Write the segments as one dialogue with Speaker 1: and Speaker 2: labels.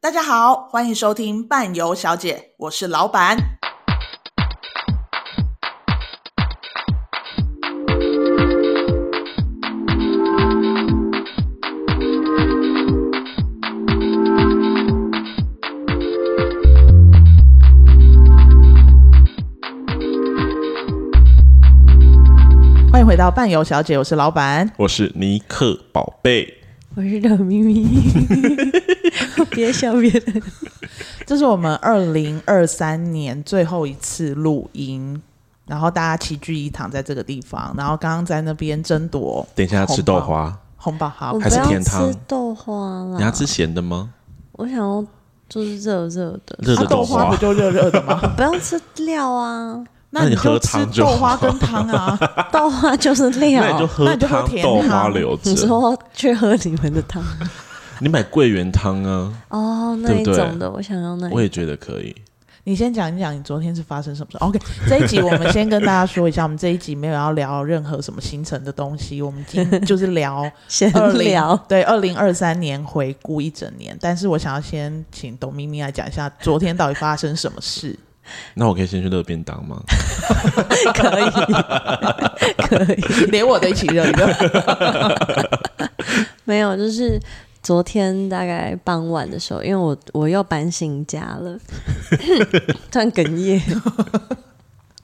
Speaker 1: 大家好，欢迎收听伴游小姐，我是老板。欢迎回到伴游小姐，我是老板。
Speaker 2: 我是尼克宝贝，
Speaker 3: 我是冷咪咪， 别笑别人。
Speaker 1: 这是我们二零二三年最后一次录音，然后大家齐聚一堂在这个地方，然后刚刚在那边争夺
Speaker 2: 等一下要吃豆花，
Speaker 1: 红包好啊
Speaker 3: 我，
Speaker 2: 还
Speaker 3: 不
Speaker 2: 是
Speaker 3: 要
Speaker 2: 甜汤
Speaker 3: 吃豆花
Speaker 2: 你要
Speaker 3: 啦，
Speaker 2: 吃咸的吗？
Speaker 3: 我想要就是热热的，
Speaker 2: 热的
Speaker 1: 啊豆
Speaker 2: 花
Speaker 1: 不，就热热的吗？
Speaker 3: 不要吃料啊，
Speaker 2: 那
Speaker 1: 你
Speaker 2: 你喝
Speaker 1: 吃
Speaker 2: 汤就
Speaker 1: 豆
Speaker 2: 好
Speaker 1: 花跟汤 啊，
Speaker 3: 豆花就是
Speaker 2: 那你就
Speaker 3: 料。
Speaker 1: 那
Speaker 2: 喝
Speaker 1: 你就喝
Speaker 2: 汤
Speaker 1: 甜
Speaker 2: 豆花
Speaker 1: 汤
Speaker 2: 留
Speaker 3: 你
Speaker 2: 着，
Speaker 3: 说去喝你们的汤
Speaker 2: 你买桂圆汤啊，
Speaker 3: 哦，那
Speaker 2: 对不
Speaker 3: 一
Speaker 2: 对
Speaker 3: 种的，我想要那一
Speaker 2: 我也觉得可以。
Speaker 1: 你先讲一讲你昨天是发生什么事。OK，这一集我们先跟大家说一下，我们这一集没有要聊任何什么行程的东西，我们今就是 聊
Speaker 3: 闲
Speaker 1: 二零
Speaker 3: 聊。
Speaker 1: 对二零二三年回顾一整年。但是我想要先请董咪咪来讲一下昨天到底发生什么事。
Speaker 2: 那我可以先去热便当吗？
Speaker 3: 可以，可以。
Speaker 1: 连我都一起热一热。
Speaker 3: 没有，就是昨天大概傍晚的时候，因为我我又搬新家了， 突然哽咽。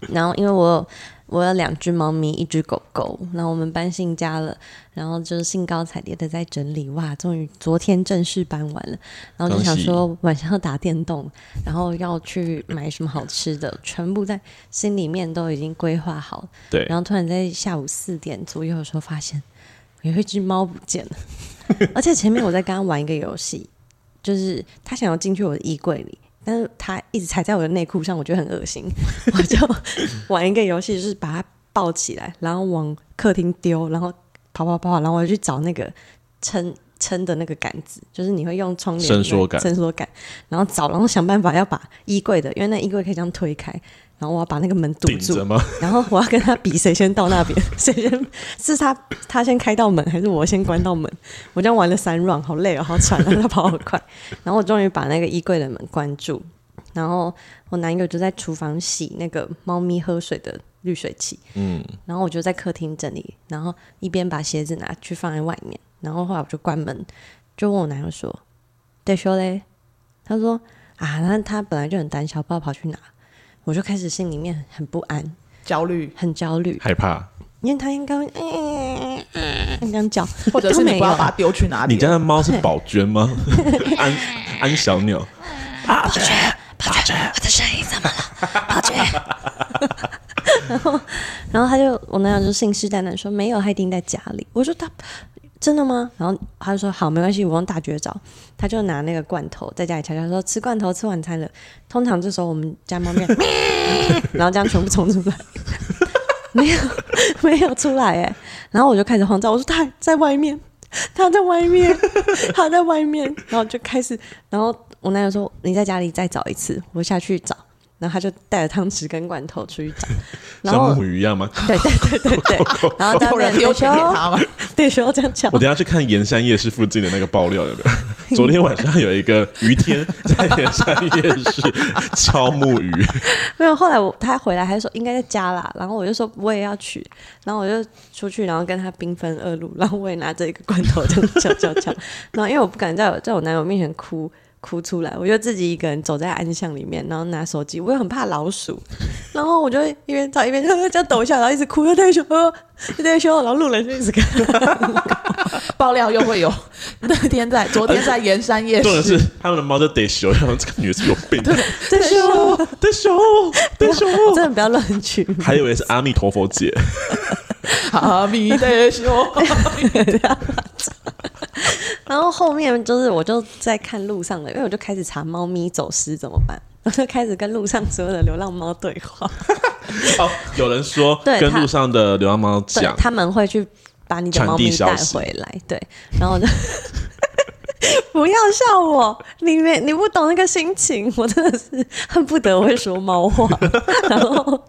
Speaker 3: 然后因为我有我有两只猫咪，一只狗狗，然后我们搬新家了，然后就是兴高采烈的在整理，哇，终于昨天正式搬完了，然后就想说晚上要打电动，然后要去买什么好吃的，全部在心里面都已经规划好了。
Speaker 2: 对
Speaker 3: 然，后突然在下午四点左右的时候，发现有一只猫不见了， 而且前面我在跟它玩一个游戏，就是它想要进去我的衣柜里，但是它一直踩在我的内裤上，我觉得很恶心， 我就玩一个游戏，就是把它抱起来，然后往客厅丢，然后跑跑跑跑，然后我就去找那个撑。撑的那个杆子，就是你会用窗帘
Speaker 2: 伸缩杆
Speaker 3: 伸缩杆，然后找，然后想办法要把衣柜的，因为那衣柜可以这样推开，然后我要把那个门堵
Speaker 2: 顶
Speaker 3: 住，
Speaker 2: 着吗？
Speaker 3: 然后我要跟他比谁先到那边，谁先是他他先开到门，还是我先关到门？我这样玩了三 round，好累哦，好喘哦， 他跑好快。然后我终于把那个衣柜的门关住，然后我男友就在厨房洗那个猫咪喝水的滤水器，
Speaker 2: 嗯，
Speaker 3: 然后我就在客厅整理，然后一边把鞋子拿去放在外面，然后后来我就关门，就问我男友说：“对说嘞？”他说：“啊，那他本来就很胆小，不知道跑去哪。”我就开始心里面很不安，
Speaker 1: 焦虑，
Speaker 3: 很焦虑，
Speaker 2: 害怕。
Speaker 3: 因为它应该会嗯嗯嗯这样叫，
Speaker 1: 或者是
Speaker 3: 都
Speaker 1: 你不
Speaker 3: 没
Speaker 1: 知道
Speaker 3: 有
Speaker 1: 把它丢去哪里
Speaker 2: 你
Speaker 1: 了。
Speaker 2: 家的猫是宝娟吗？安安小鸟，
Speaker 3: 我的声音怎么了？宝娟。然后，然后他就我男友就信誓旦旦说没有，他一定在家里。我说他真的吗？然后他就说好，没关系，我用大绝招。他就拿那个罐头在家里悄悄说吃罐头，吃晚餐了。通常这时候我们家猫咪会咩， 然后这样全部冲出来，没有没有出来哎。然后我就开始慌张，我说他在外面，他在外面，他在外面。然后就开始，然后我男友说你在家里再找一次，我下去找。然后他就带着汤匙跟罐头出去找，
Speaker 2: 像
Speaker 3: 然后
Speaker 2: 母鱼一样吗？
Speaker 3: 对对对对对，然后在
Speaker 1: 有
Speaker 3: 那
Speaker 1: 人
Speaker 3: 边
Speaker 1: 丢
Speaker 3: 对
Speaker 1: 钱给
Speaker 3: 说
Speaker 1: 他吗？
Speaker 3: 对说这样讲
Speaker 2: 我，等一下去看盐山夜市附近的那个爆料有没有？昨天晚上有一个于天在盐山夜市敲木鱼，
Speaker 3: 没有。后来我他回来还说应该在家啦，然后我就说我也要去，然后我就出去，然后跟他兵分二路，然后我也拿着一个罐头 这样敲敲敲，然后因为我不敢在我在我男友面前哭。哭出来，我就自己一个人走在暗巷里面，然后拿手机，我也很怕老鼠，然后我就一边找一边 这样抖一下，然后一直哭， 又太羞，又太羞，哦然后路人就一直看，
Speaker 1: 爆料又会有。那天 在昨天在盐山夜
Speaker 2: 重点
Speaker 1: 市，
Speaker 2: 是他们的猫就得熊，然后这个女的是有病，
Speaker 3: 太羞，
Speaker 2: 得熊，得熊，
Speaker 3: 真的不要乱去买。
Speaker 2: 还以为是阿弥陀佛姐，
Speaker 1: 哈密的 熊，
Speaker 3: 然后后面就是我就在看路上的，因为我就开始查猫咪走失怎么办，我就开始跟路上所有的流浪猫对话，
Speaker 2: 哦，有人说
Speaker 3: 对
Speaker 2: 跟
Speaker 3: 他
Speaker 2: 路上的流浪猫
Speaker 3: 对
Speaker 2: 讲，
Speaker 3: 他们会去把你的
Speaker 2: 传
Speaker 3: 猫
Speaker 2: 递
Speaker 3: 咪
Speaker 2: 消
Speaker 3: 带
Speaker 2: 息
Speaker 3: 回来，对，然后我就 不要笑我，你没你不懂那个心情，我真的是恨不得会说猫话。 然后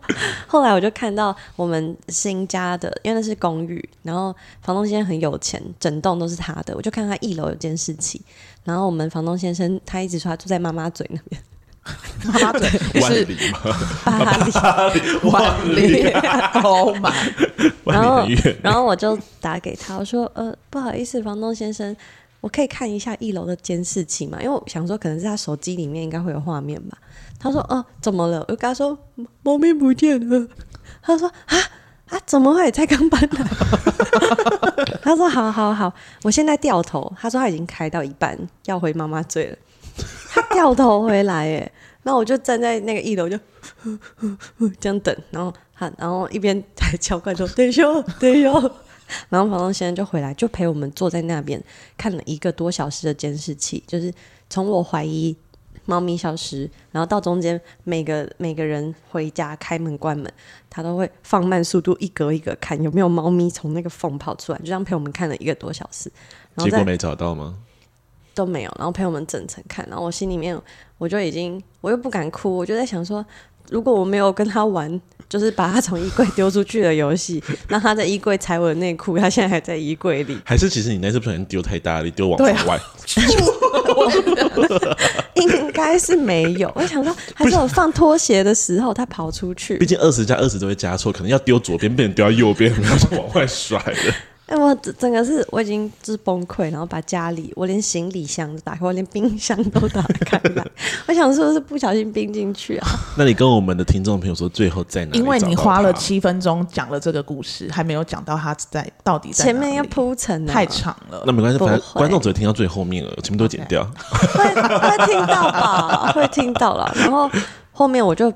Speaker 3: 后来我就看到我们新家的，因为那是公寓，然后房东先生很有钱，整栋都是他的。我就看他一楼有监视器，然后我们房东先生他一直说他住在妈妈嘴那边，
Speaker 1: 妈妈嘴
Speaker 2: 万
Speaker 1: 是
Speaker 2: 里嘛，
Speaker 3: 巴黎。
Speaker 1: 万里 ，Oh my！
Speaker 2: 万里很远。
Speaker 3: 然后我就打给他，我说：“呃，不好意思，房东先生，我可以看一下一楼的监视器嘛？因为我想说，可能是他手机里面应该会有画面吧。”他说：“哦、怎么了？”我就跟他说：“猫咪不见了。”他说：“啊啊，怎么会？才刚搬来。” 他说：“好好好，我现在掉头。”他说他已经开到一半，要回妈妈醉了。他掉头回来，哎，那我就站在那个一楼就。这样等，然后他，然后一边还敲罐头，等一下，等一下。 然后房东先生就回来，就陪我们坐在那边看了一个多小时的监视器，就是从我怀疑猫咪消失，然后到中间每个每个人回家开门关门，他都会放慢速度，一格一格看有没有猫咪从那个缝跑出来，就这样陪我们看了一个多小时。然后
Speaker 2: 结
Speaker 3: 再
Speaker 2: 果没找到吗？
Speaker 3: 都没有，然后陪我们整层看，然后我心里面我就已经我又不敢哭，我就在想说，如果我没有跟他玩，就是把他从衣柜丢出去的游戏， 那他在衣柜踩我的内裤，他现在还在衣柜里，
Speaker 2: 还是其实你那次不小心丢太大力，丢往
Speaker 1: 对啊
Speaker 2: 外，
Speaker 3: 应该是没有。 我想说，还是我放拖鞋的时候他跑出去
Speaker 2: 毕，竟二十加二十都会加错，可能要丢左边，变成丢到右边，然后就往外甩了。
Speaker 3: 哎、我整整个是我已经就是崩溃，然后把家里我连行李箱都打开，我连冰箱都打开来， 我想是不是不小心冰进去啊？
Speaker 2: 那你跟我们的听众朋友说，最后在哪里
Speaker 1: 因为你
Speaker 2: 找到
Speaker 1: 花了
Speaker 2: 他
Speaker 1: 七分钟讲了这个故事，还没有讲到他在到底在
Speaker 3: 前
Speaker 1: 哪
Speaker 3: 面要
Speaker 1: 里
Speaker 3: 铺啊陈呢、
Speaker 1: 太长了
Speaker 2: 那。没关系，
Speaker 3: 不
Speaker 2: 反正
Speaker 3: 会
Speaker 2: 观众只会听到最后面了，全部都剪掉。
Speaker 3: 会会听 到吧？会听到了。然后后面我就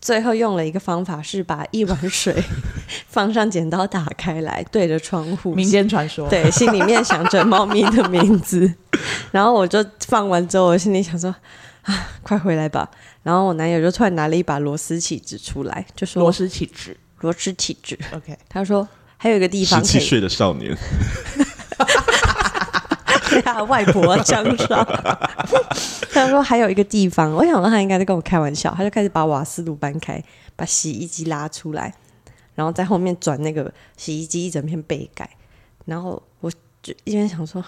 Speaker 3: 最后用了一个方法，是把一碗水 放上剪刀，打开来对着窗户，
Speaker 1: 民间传说，
Speaker 3: 对，心里面想着猫咪的名字。 然后我就放完之后，我心里想说啊，快回来吧。然后我男友就突然拿了一把螺丝起子出来，就
Speaker 1: 螺
Speaker 3: 说
Speaker 1: 丝起子。
Speaker 3: 螺丝起子，
Speaker 1: OK，
Speaker 3: 他说。还有一个地
Speaker 2: 十
Speaker 3: 方可
Speaker 2: 七
Speaker 3: 以
Speaker 2: 岁的少年，
Speaker 3: 被他外婆枪杀。 他说还有一个地方，我想说他应该在跟我开玩笑，他就开始把瓦斯炉搬开，把洗衣机拉出来，然后在后面转那个洗衣机一整片杯盖，然后我就一边想说，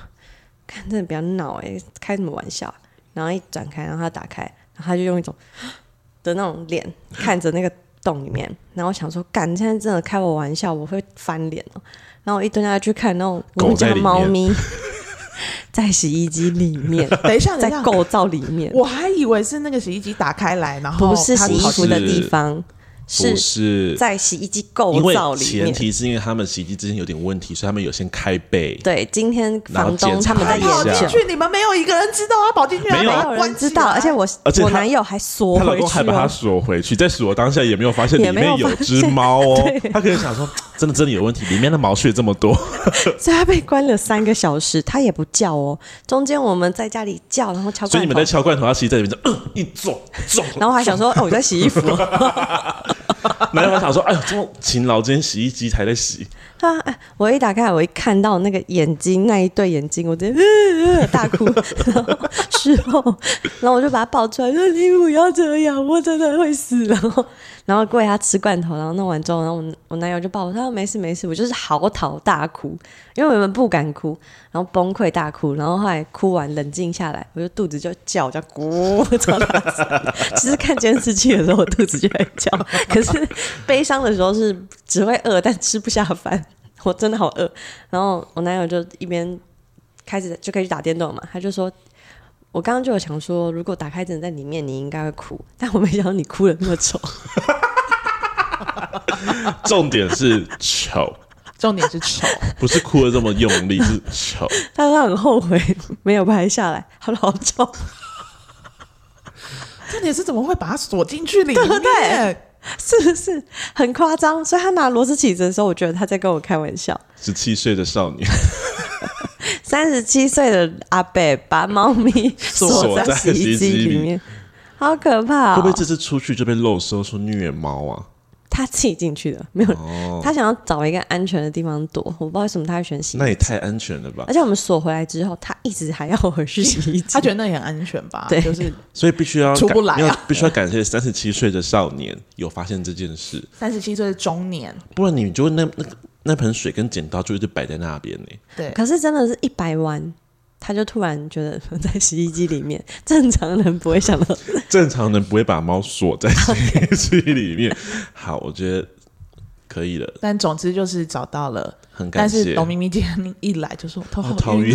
Speaker 3: 看真的不要闹哎、开什么玩笑啊、然后一转开，然后他打开，然后他就用一种 的那种脸看着那个洞里面，然后我想说，干，你现在真的开我玩笑，我会翻脸哦。然后我一蹲下去看，那种我
Speaker 2: 狗
Speaker 3: 们
Speaker 2: 在
Speaker 3: 家
Speaker 2: 里面
Speaker 3: 猫咪在洗衣机里 面，
Speaker 1: 等一下，等
Speaker 3: 在
Speaker 1: 一下，
Speaker 3: 构造里面，
Speaker 1: 我还以为是那个洗衣机打开来，然后
Speaker 3: 不是
Speaker 1: 它
Speaker 3: 洗衣
Speaker 1: 跑
Speaker 3: 服
Speaker 1: 进
Speaker 3: 的地方，
Speaker 2: 哦不
Speaker 3: 是
Speaker 2: 是
Speaker 3: 在洗衣机
Speaker 2: 因
Speaker 3: 构
Speaker 2: 为
Speaker 3: 造里
Speaker 2: 前
Speaker 3: 面。
Speaker 2: 提是因为他们洗衣机之前有点问题，所以他们有先开背。
Speaker 3: 对，今天
Speaker 2: 然后
Speaker 3: 房东
Speaker 2: 检查
Speaker 3: 他们在
Speaker 1: 它
Speaker 2: 一下
Speaker 1: 跑
Speaker 3: 研
Speaker 1: 进
Speaker 3: 究。
Speaker 1: 去，你们没有一个人知道它跑进去，
Speaker 2: 没有
Speaker 1: 然
Speaker 2: 啊
Speaker 1: 后把它
Speaker 3: 没有
Speaker 1: 关
Speaker 3: 人
Speaker 1: 起
Speaker 3: 知道，
Speaker 1: 来
Speaker 3: 而且我
Speaker 2: 而且
Speaker 3: 我
Speaker 2: 她
Speaker 3: 男友还锁
Speaker 2: 她老
Speaker 3: 回
Speaker 2: 公还
Speaker 3: 去
Speaker 2: 把她
Speaker 3: 哦，
Speaker 2: 锁回去，在锁当下也没有发现
Speaker 3: 也
Speaker 2: 里
Speaker 3: 没有
Speaker 2: 面有只猫
Speaker 3: 发
Speaker 2: 哦
Speaker 3: 现对。
Speaker 2: 她可能想说，真的真的有问题，里面的毛屑这么多。
Speaker 3: 所以他被关了三个小时，他也不叫哦。中间我们在家里叫，然后敲
Speaker 2: 所以
Speaker 3: 罐
Speaker 2: 你们
Speaker 3: 头
Speaker 2: 在，敲罐头，她其实在里面就嗯一重重，
Speaker 3: 然后我还想说哦我在洗衣服
Speaker 2: 然后她想说，哎呦，这么勤劳，今天洗衣机才在洗，
Speaker 3: 啊！哎我一打开，我一看到那个眼睛那一对眼睛，我直接、呃呃大哭。 然后事后，然后我就把他抱出来说：“哎你不要这样，我真的会死。” 然后，然后喂他吃罐头，然后弄完之后，然后我我男友就抱我，他说：“没事没事。”我就是嚎啕大哭，因为我原本不敢哭，然后崩溃大哭，然后后来哭完冷静下来，我就肚子就叫，叫咕，超大声。其实看监视器的时候，我肚子就在叫，可是 悲伤的时候是只会饿，但吃不下饭。我真的好饿。然后我男友就一边开始就可以去打电动嘛，他就说。我刚刚就有想说，如果打开灯在里面，你应该会哭，但我没想到你哭的那么丑。
Speaker 2: 重点是丑，
Speaker 1: 重点是丑，
Speaker 2: 不是哭的这么用力，是 丑。
Speaker 3: 他说他很后悔没有拍下来，他说好丑。
Speaker 1: 重点是怎么会把它锁进去里面？
Speaker 3: 对不对是不是很夸张？所以他拿螺丝起子的时候，我觉得他在跟我开玩笑。
Speaker 2: 十七岁的少年
Speaker 3: 三十七岁的阿伯把猫 咪锁在洗衣机里面，好可怕、
Speaker 2: 会不会
Speaker 3: 哦！
Speaker 2: 这次出去就被漏收说虐猫啊？
Speaker 3: 他自己进去的，没有、
Speaker 2: 哦，
Speaker 3: 他想要找一个安全的地方躲，我不知道为什么他会选洗衣
Speaker 2: 那也
Speaker 3: 机。
Speaker 2: 太安全了吧
Speaker 3: 而！且我们锁回来之后，他一直还要回去洗衣机。
Speaker 1: 他觉得那也很安全吧？
Speaker 3: 对
Speaker 1: 就是
Speaker 2: 所以必须要
Speaker 1: 出不
Speaker 2: 感
Speaker 1: 来啊
Speaker 2: 要必须要感谢三十七岁的少年有发现这件事，
Speaker 1: 三十七岁的中年，
Speaker 2: 不然你就那那个那盆水跟剪刀就一直摆在那边呢、
Speaker 1: 对，
Speaker 3: 可是真的是一百万，他就突然觉得在洗衣机里面， 正常人不会想到。
Speaker 2: 正常人不会把猫锁在洗衣机 里面。好，我觉得可以了，
Speaker 1: 但总之就是找到了。
Speaker 2: 很感
Speaker 1: 但
Speaker 2: 谢。
Speaker 1: 是董明明今天一来就说头
Speaker 2: 哦，
Speaker 1: 好
Speaker 2: 陶
Speaker 1: 晕
Speaker 2: 鱼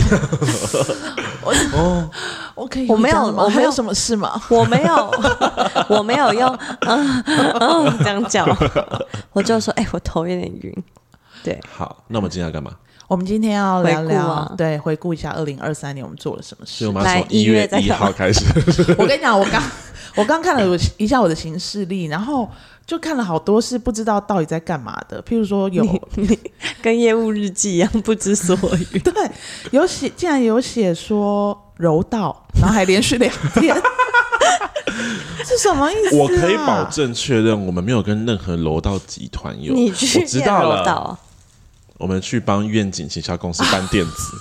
Speaker 1: 哦，，
Speaker 2: 哦，
Speaker 1: 我可以
Speaker 3: 我没有
Speaker 1: 这样吗
Speaker 3: 我没有
Speaker 1: 还有什么事吗？
Speaker 3: 我没有， 我没有用，嗯嗯，这样叫，我就说，哎、我头有点晕。
Speaker 2: 好，那我们今天要干嘛？
Speaker 1: 我们今天要聊
Speaker 3: 回顾
Speaker 1: 聊，
Speaker 3: 啊
Speaker 1: 对，回顾一下二零二三年我们做了什么
Speaker 2: 所
Speaker 1: 事
Speaker 2: 以我。们要
Speaker 3: 来
Speaker 2: 从一
Speaker 3: 一
Speaker 2: 月
Speaker 3: 月再
Speaker 2: 一
Speaker 3: 聊
Speaker 2: 号 开始。
Speaker 1: 我跟你讲，我刚 我刚看了我一下我的行事历，然后就看了好多是不知道到底在干嘛的，譬如说有
Speaker 3: 跟业务日记一样不知所 云。
Speaker 1: 对有写，竟然有写说柔道，然后还连续两天， 是什么意思、啊？
Speaker 2: 我可以保，证确认，我们没有跟任何楼道集团有。
Speaker 3: 你去
Speaker 2: 我知道
Speaker 3: 柔道
Speaker 2: 了，
Speaker 3: 啊？
Speaker 2: 我们去帮愿景行销公司搬垫子，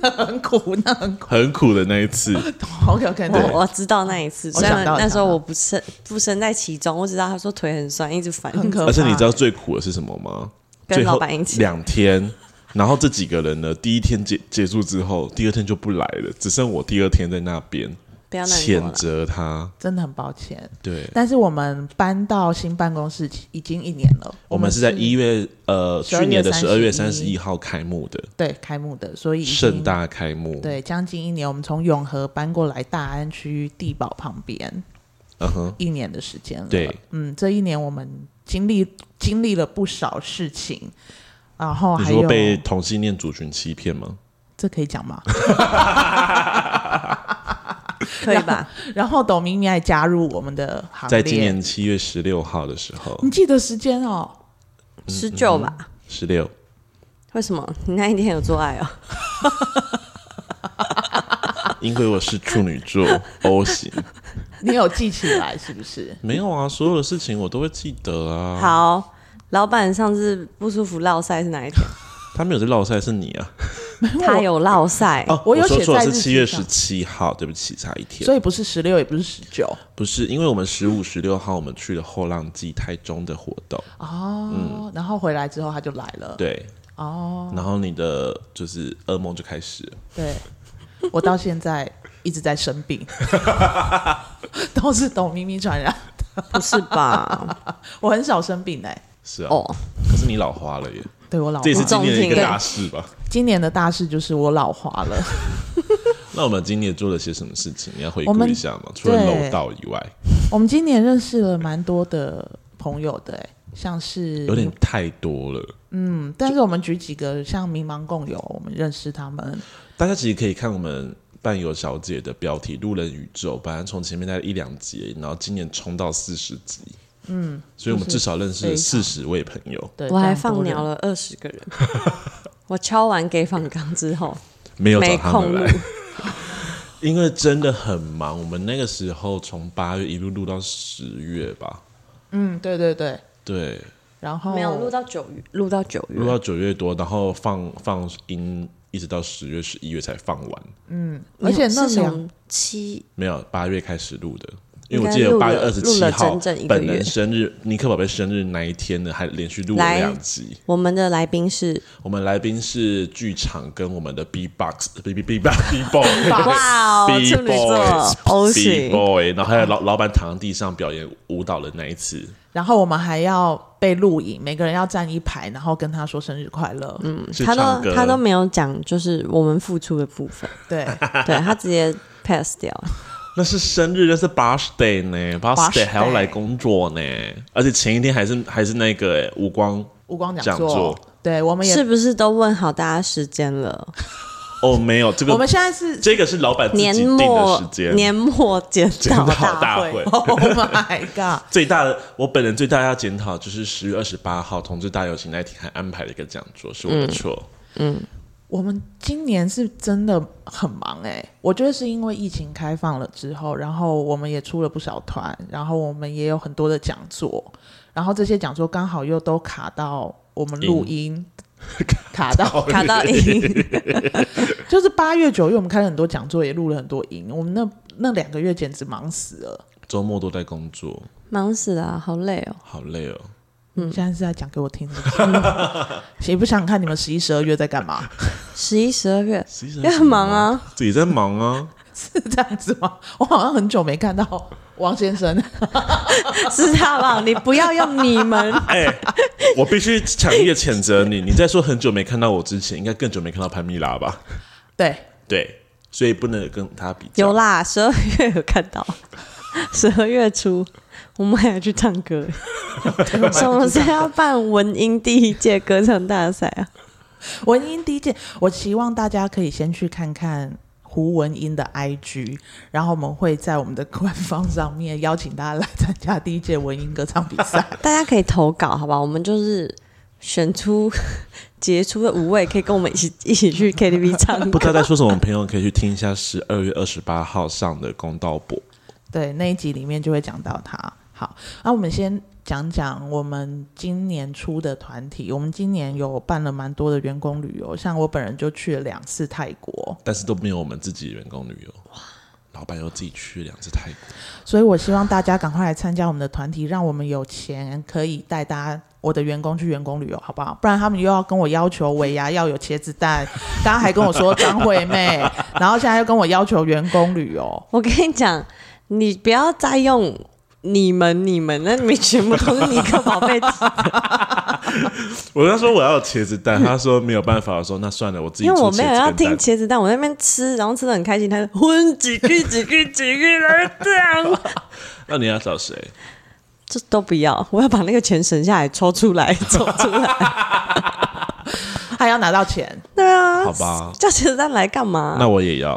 Speaker 1: 那很苦，那很苦。
Speaker 2: 很苦的那一次。
Speaker 1: OK OK，对，
Speaker 3: 我我知道那一次，
Speaker 1: 我
Speaker 3: 虽然
Speaker 1: 想到
Speaker 3: 那时候
Speaker 1: 我想到
Speaker 3: 我不身不身在其中，我只知道他说腿很酸，一直反。
Speaker 1: 很可怕。
Speaker 2: 而且你知道最苦的是什么吗？
Speaker 3: 跟
Speaker 2: 最后
Speaker 3: 老板一起
Speaker 2: 两天，然后这几个人呢，第一天结结束之后，第二天就不来了，只剩我第二天在那边
Speaker 3: 不要难过
Speaker 2: 谴
Speaker 3: 了。
Speaker 2: 责他。
Speaker 1: 真的很抱歉，
Speaker 2: 对，
Speaker 1: 但是我们搬到新办公室已经一年了，
Speaker 2: 我们是在一月呃
Speaker 1: 12
Speaker 2: 去年的十二月三十
Speaker 1: 31
Speaker 2: 一号开幕的
Speaker 1: 对开幕的，所以已经
Speaker 2: 盛大开幕。，
Speaker 1: 嗯对，将近一年，我们从永和搬过来大安区地堡旁边，
Speaker 2: 嗯哼，
Speaker 1: 一年的时间了。
Speaker 2: 对，
Speaker 1: 嗯，这一年我们经历经历了不少事情，然后
Speaker 2: 你
Speaker 1: 还
Speaker 2: 说
Speaker 1: 有
Speaker 2: 被同性恋族群欺骗吗？
Speaker 1: 这可以讲吗？
Speaker 3: 可以吧？
Speaker 1: 然后董明明还加入我们的行列，
Speaker 2: 在今年七月十六号的 时候
Speaker 1: 你，记得时间哦？
Speaker 2: 嗯
Speaker 3: 十九吧？
Speaker 2: 十六
Speaker 3: 为什么？你那一天有做爱哦？
Speaker 2: 因为我是处女座 O 型，
Speaker 1: 你有记起来是不 是？
Speaker 2: 没有啊，所有的事情我都会记得啊。，
Speaker 3: 好，老板上次不舒服落晒是哪 一天？
Speaker 2: 他没有在绕赛是你啊。
Speaker 3: 他有落 晒，
Speaker 2: 哦，
Speaker 1: 我有
Speaker 2: 说
Speaker 1: 写
Speaker 2: 错了，
Speaker 1: 在
Speaker 2: 是
Speaker 1: 日
Speaker 2: 七
Speaker 1: 记
Speaker 2: 月
Speaker 1: 上
Speaker 2: 十七号，对不起，差一天。
Speaker 1: 所以不是十六，也不是十九
Speaker 2: 不是，因为我们十五、十六号我们去了后浪季台中的活动，
Speaker 1: 哦。然后回来之后他就来了，
Speaker 2: 嗯对，
Speaker 1: 哦，
Speaker 2: 然后你的就是噩梦就开始了。
Speaker 1: 对，我到现在一直在生病， 都是董明明传染。
Speaker 3: 不是吧？
Speaker 1: 我很少生病哎、
Speaker 2: 是啊，
Speaker 3: 哦，
Speaker 2: 可是你老花了耶，
Speaker 1: 对我老
Speaker 2: 这也是
Speaker 1: 化。
Speaker 2: 今年的一
Speaker 3: 重听
Speaker 2: 个
Speaker 3: 对
Speaker 2: 大事吧？
Speaker 1: 今年的大事就是我老化 了。
Speaker 2: 那我们今年做了些什么事情？你要回
Speaker 1: 我
Speaker 2: 顾
Speaker 1: 们
Speaker 2: 一下吗？除了
Speaker 1: 对
Speaker 2: 楼道以外，
Speaker 1: 我们今年认识了蛮多的朋友的、哎，像是
Speaker 2: 有点太多了。
Speaker 1: 嗯，但是我们举几个像迷茫共友，我们认识他们。
Speaker 2: 大家其实可以看我们伴游小姐的标题《路人宇宙》，本来从前面大概一两集，然后今年冲到四十集，嗯，所以我们至少认识了
Speaker 1: 非
Speaker 2: 四
Speaker 1: 常
Speaker 2: 十位朋友。
Speaker 1: 对，
Speaker 3: 我还
Speaker 1: 非常
Speaker 3: 放
Speaker 1: 多人
Speaker 3: 鸟了二十个人。 我敲完给访纲之后，
Speaker 2: 没有找
Speaker 3: 没
Speaker 2: 他们
Speaker 3: 空录
Speaker 2: 来，因为真的很忙。我们那个时候从八月一路录到十月吧，
Speaker 1: 嗯，对对对，
Speaker 2: 对，
Speaker 1: 然后
Speaker 3: 没有录到九月，录到九
Speaker 2: 哦录
Speaker 3: 月。
Speaker 2: 到九月多，然后放放音，一直到十月、十一月才放完。
Speaker 1: 而且那
Speaker 3: 是
Speaker 1: 两
Speaker 3: 从七
Speaker 2: 没有，八月开始录的，因为我
Speaker 3: 应该
Speaker 2: 记得
Speaker 3: 录
Speaker 2: 八月二
Speaker 3: 了
Speaker 2: 十
Speaker 3: 录
Speaker 2: 七
Speaker 3: 了
Speaker 2: 号
Speaker 3: 整整一个
Speaker 2: 本
Speaker 3: 月
Speaker 2: 人生日，尼克宝贝生日那一天呢，还连续录了
Speaker 3: 来
Speaker 2: 两集。
Speaker 3: 我们的来宾是
Speaker 2: 我们来宾是剧场跟我们的 B box B B B box B boy，
Speaker 3: 哇哦，
Speaker 2: B
Speaker 3: 处女 座 O
Speaker 2: boy B
Speaker 3: 型，
Speaker 2: boy，然后还有老老板躺在地上表演舞蹈的那一次，
Speaker 1: 然后我们还要被录影，每个人要站一排，然后跟他说生日快乐。嗯，
Speaker 2: 是
Speaker 3: 他
Speaker 2: 唱
Speaker 3: 都
Speaker 2: 歌
Speaker 3: 他都没有讲，就是我们付出的部 分，
Speaker 1: 对，
Speaker 3: 对他直接 pass 掉。
Speaker 2: 那是生日，那是 birthday 呢，birthday
Speaker 1: birthday
Speaker 2: 还要来工作呢，而且前一天还是还是那个欸无光
Speaker 1: 无光讲
Speaker 2: 讲座
Speaker 1: 对，我
Speaker 2: 哎
Speaker 1: 们也
Speaker 3: 是不是都问好大家时间了？
Speaker 2: 哦，没有这
Speaker 1: 我们
Speaker 2: 个，
Speaker 1: 现在是
Speaker 2: 这个是老板自己
Speaker 3: 年
Speaker 2: 定的
Speaker 3: 末
Speaker 2: 时间，
Speaker 3: 年末 检
Speaker 2: 检
Speaker 3: 讨
Speaker 2: 讨大
Speaker 3: 会
Speaker 2: 会
Speaker 1: Oh my god！
Speaker 2: 最大的，我本人最大要检
Speaker 3: 嗯
Speaker 2: 讨就是十月二十八号同志大游行那一天还安排了一个讲座，是我的错。
Speaker 1: 我们今年是真的很忙哎、我觉得是因为疫情开放了之后，然后我们也出了不少团，然后我们也有很多的讲座，然后这些讲座刚好又都卡到我们录音， 卡到
Speaker 3: 卡到音，
Speaker 1: 就是八月九月我们开了很多讲座，也录了很多音，我们那那两个月简直忙死了。
Speaker 2: 周末都在工作，
Speaker 3: 忙死了啊，好累哦。
Speaker 2: 好累 哦。
Speaker 1: 嗯，现在是在讲给我听是不是，也不想看你们十一、十二月在干嘛，
Speaker 3: 十一、十二月
Speaker 2: 其实
Speaker 3: 也很忙，啊，
Speaker 2: 自己在忙啊。
Speaker 1: 是这样子吗？我好像很久没看到王先生。
Speaker 3: 是他吧？你不要用你们，
Speaker 2: 哎、我必须强烈谴责 你。你在说很久没看到我之前，应该更久没看到潘蜜拉吧？
Speaker 1: 对，
Speaker 2: 对，所以不能跟他比较。
Speaker 3: 有啦，十二月有看到，十二月初我们还要去唱歌，什么时候要办文音第一届歌唱大赛啊？
Speaker 1: 文英第一届，我希望大家可以先去看看胡文英的 IG，然后我们会在我们的官方上面邀请大家来参加第一届文英歌唱比赛。
Speaker 3: 大家可以投稿，好吧？我们就是选出 杰出的五位，可以跟我们一起一起去 KTV 唱
Speaker 2: 不知
Speaker 3: 歌。
Speaker 2: 道在说什么，朋友可以去听一下十二月二十八号上的公道博。
Speaker 1: 对，那一集里面就会讲到他。好，那我们先讲讲我们今年出的团体。我们今年有办了蛮多的员工旅游，像我本人就去了两次泰国，
Speaker 2: 但是都没有我们自己员工旅游。老板又自己去两次泰国，
Speaker 1: 所以我希望大家赶快来参加我们的团体，让我们有钱可以带大家我的员工去员工旅游，好不好？不然他们又要跟我要求尾牙要有茄子蛋， 刚刚还跟我说张惠妹，然后现在又跟我要求员工旅游。
Speaker 3: 我跟你讲，你不要再用你们、你们，那你们全部都是尼克宝贝，
Speaker 2: 我跟他说我要有茄子 蛋，他说没有办法，我说那算了，我自己
Speaker 3: 因为
Speaker 2: 做
Speaker 3: 我
Speaker 2: 茄子
Speaker 3: 没有要
Speaker 2: 跟
Speaker 3: 听
Speaker 2: 蛋
Speaker 3: 茄子蛋，我在那边吃，然后吃的很开心，他就昏几句几句几句，然后这样，
Speaker 2: 那你要找谁？
Speaker 3: 这都不要，我要把那个钱省下来，抽出来，抽出来。
Speaker 1: 还要拿到钱，
Speaker 3: 对啊，
Speaker 2: 好吧
Speaker 3: 叫茄子蛋来干嘛？
Speaker 2: 那我也要。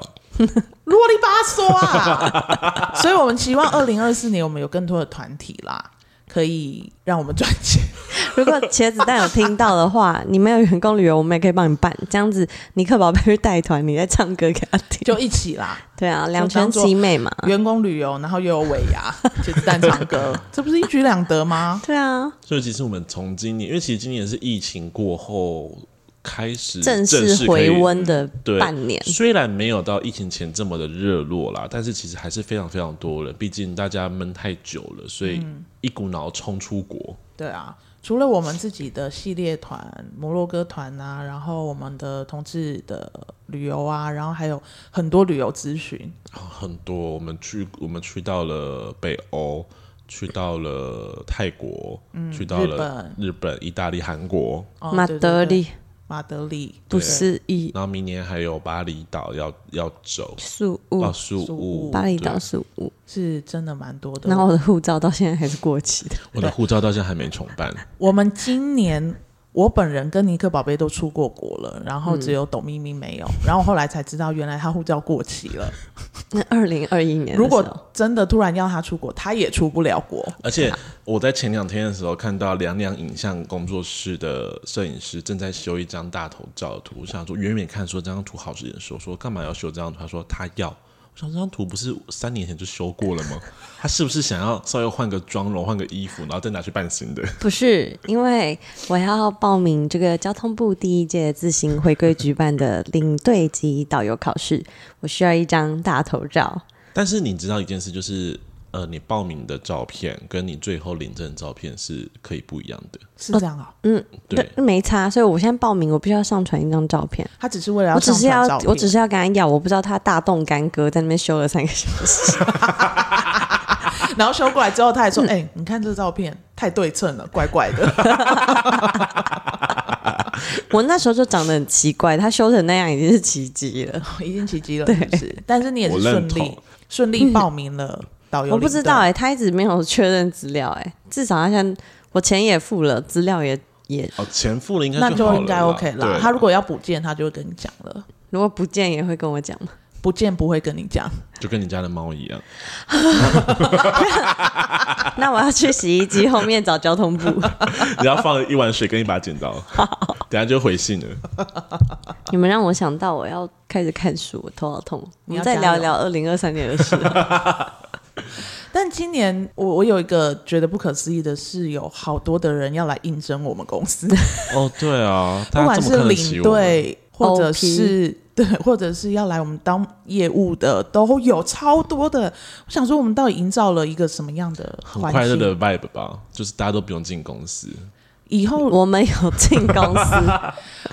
Speaker 1: 啰里吧嗦啊！ 所以我们期望二零二四年我们有更多的团体啦，可以让我们赚钱。
Speaker 3: 如果茄子蛋有听到的话，你没有员工旅游，我们也可以帮你办。这样子，尼克宝贝会带团，你在唱歌给他听。
Speaker 1: 就一起啦，
Speaker 3: 对啊，两
Speaker 1: 就当
Speaker 3: 全
Speaker 1: 作
Speaker 3: 其美嘛。
Speaker 1: 员工旅游，然后又有尾 牙、茄子蛋唱歌，这不是一举两得吗？
Speaker 3: 对啊，
Speaker 2: 所以其实我们从今年，因为其实今年是疫情过后开始
Speaker 3: 正
Speaker 2: 式
Speaker 3: 式
Speaker 2: 可以
Speaker 3: 回温的
Speaker 2: 对
Speaker 3: 半年，
Speaker 2: 虽然没有到疫情前这么的热络啦，但是其实还是非常非常多人。毕竟大家闷太久了，所以
Speaker 3: 嗯
Speaker 2: 一股脑冲出国。
Speaker 1: 对啊，除了我们自己的系列团、摩洛哥团啊，然后我们的同志的旅游啊，然后还有很多旅游咨询，
Speaker 2: 很多，我们去我们去到了北欧，去到了泰国，
Speaker 3: 嗯
Speaker 2: 去到了日本、意大利、韩国，
Speaker 1: 哦
Speaker 3: 马
Speaker 1: 对对
Speaker 3: 德
Speaker 1: 对
Speaker 3: 里
Speaker 1: 马德里、
Speaker 3: 不思议，
Speaker 2: 然后明年还有巴厘岛要要走，
Speaker 3: 宿
Speaker 2: 哦，
Speaker 3: 务，
Speaker 2: 宿
Speaker 1: 宿
Speaker 2: 务
Speaker 1: 务
Speaker 3: 巴厘岛
Speaker 2: 对
Speaker 3: 宿务。
Speaker 1: 是真的蛮多的。
Speaker 3: 然后我的护照到现在还是过期的，
Speaker 2: 我的护照到现在还没重办，
Speaker 1: 我们今年。我本人跟尼克宝贝都出过国了，然后
Speaker 3: 嗯
Speaker 1: 只有董咪咪没有。然后后来才知道，原来他护照过期 了。
Speaker 3: 那二零二一年的时候，
Speaker 1: 如果真的突然要他出国，他也出不了国。
Speaker 2: 而且我在前两天的时候看到凉凉影像工作室的摄影师正在修一张大头照的图，我想说远远看说这张图好眼熟，说干嘛要修这张图？他说他要。我想这张图不是三年前就修过了吗？他是不是想要稍微换个妆容、换个衣服，然后再拿去办新的？
Speaker 3: 不是，因为我要报名这个交通部第一届自行回归举办的领队及导游考试，我需要一张大头照。
Speaker 2: 但是你知道一件事，就是呃，你报名的照片跟你最后领证的照片是可以不一样的。
Speaker 1: 是
Speaker 3: 哦
Speaker 1: 这样啊、
Speaker 2: 对，
Speaker 3: 对，没差，所以我现在报名，我必须要上传一张照片。
Speaker 1: 他只是为了
Speaker 3: 我
Speaker 1: 要
Speaker 3: 只
Speaker 1: 上
Speaker 3: 是
Speaker 1: 传
Speaker 3: 要
Speaker 1: 照，片。
Speaker 3: 我只是要跟他要，我不知道他大动干戈在那边修了三个小 时。
Speaker 1: 然后修过来之后，他
Speaker 3: 嗯
Speaker 1: 还说：“哎、你看这照片太对称了，怪怪的。
Speaker 3: 我那时候就长得很奇怪，他修成那样已经是奇迹 了。”
Speaker 1: 已经奇迹了，是不是？但是你也
Speaker 2: 我
Speaker 1: 是
Speaker 2: 认
Speaker 1: 顺
Speaker 2: 同
Speaker 1: 利顺利报名了导游领队，
Speaker 3: 我不知道哎、他一直没有确认资料哎、至少他现在我钱也付了，资料也也
Speaker 2: 哦，前付了应该
Speaker 1: 那
Speaker 2: 就好
Speaker 1: 就
Speaker 2: 了
Speaker 1: 应该 OK
Speaker 2: 对
Speaker 1: 啦。他如果要补件，他就会跟你讲了；
Speaker 3: 如果不见也会跟我讲 嘛。
Speaker 1: 不见不会跟你讲。
Speaker 2: 就跟你家的猫一样。
Speaker 3: 那我要去洗衣机后面找交通部。
Speaker 2: 你要放一碗水跟一把剪刀。等下就回信了。
Speaker 3: 你们让我想到我要开始看书，我头好痛。我
Speaker 1: 你
Speaker 3: 们
Speaker 1: 要
Speaker 3: 再
Speaker 1: 加油
Speaker 3: 聊一聊二零二三年的事。
Speaker 1: 但今年我我有一个觉得不可思议的是，有好多的人要来应征我们公 司，
Speaker 2: 哦，对啊，
Speaker 1: 不
Speaker 2: 大家
Speaker 1: 管
Speaker 2: 这么
Speaker 1: 是
Speaker 2: 看得起
Speaker 1: 领
Speaker 2: 我们，
Speaker 1: 队或者是对，或者是要来我们当业务的都有超多的。我想说，我们到底营造了一个什么样的
Speaker 2: 很
Speaker 1: 环
Speaker 2: 快乐
Speaker 1: 境？
Speaker 2: 的 vibe 吧，就是大家都不用进公司。
Speaker 1: 以后
Speaker 3: 我们有进公司，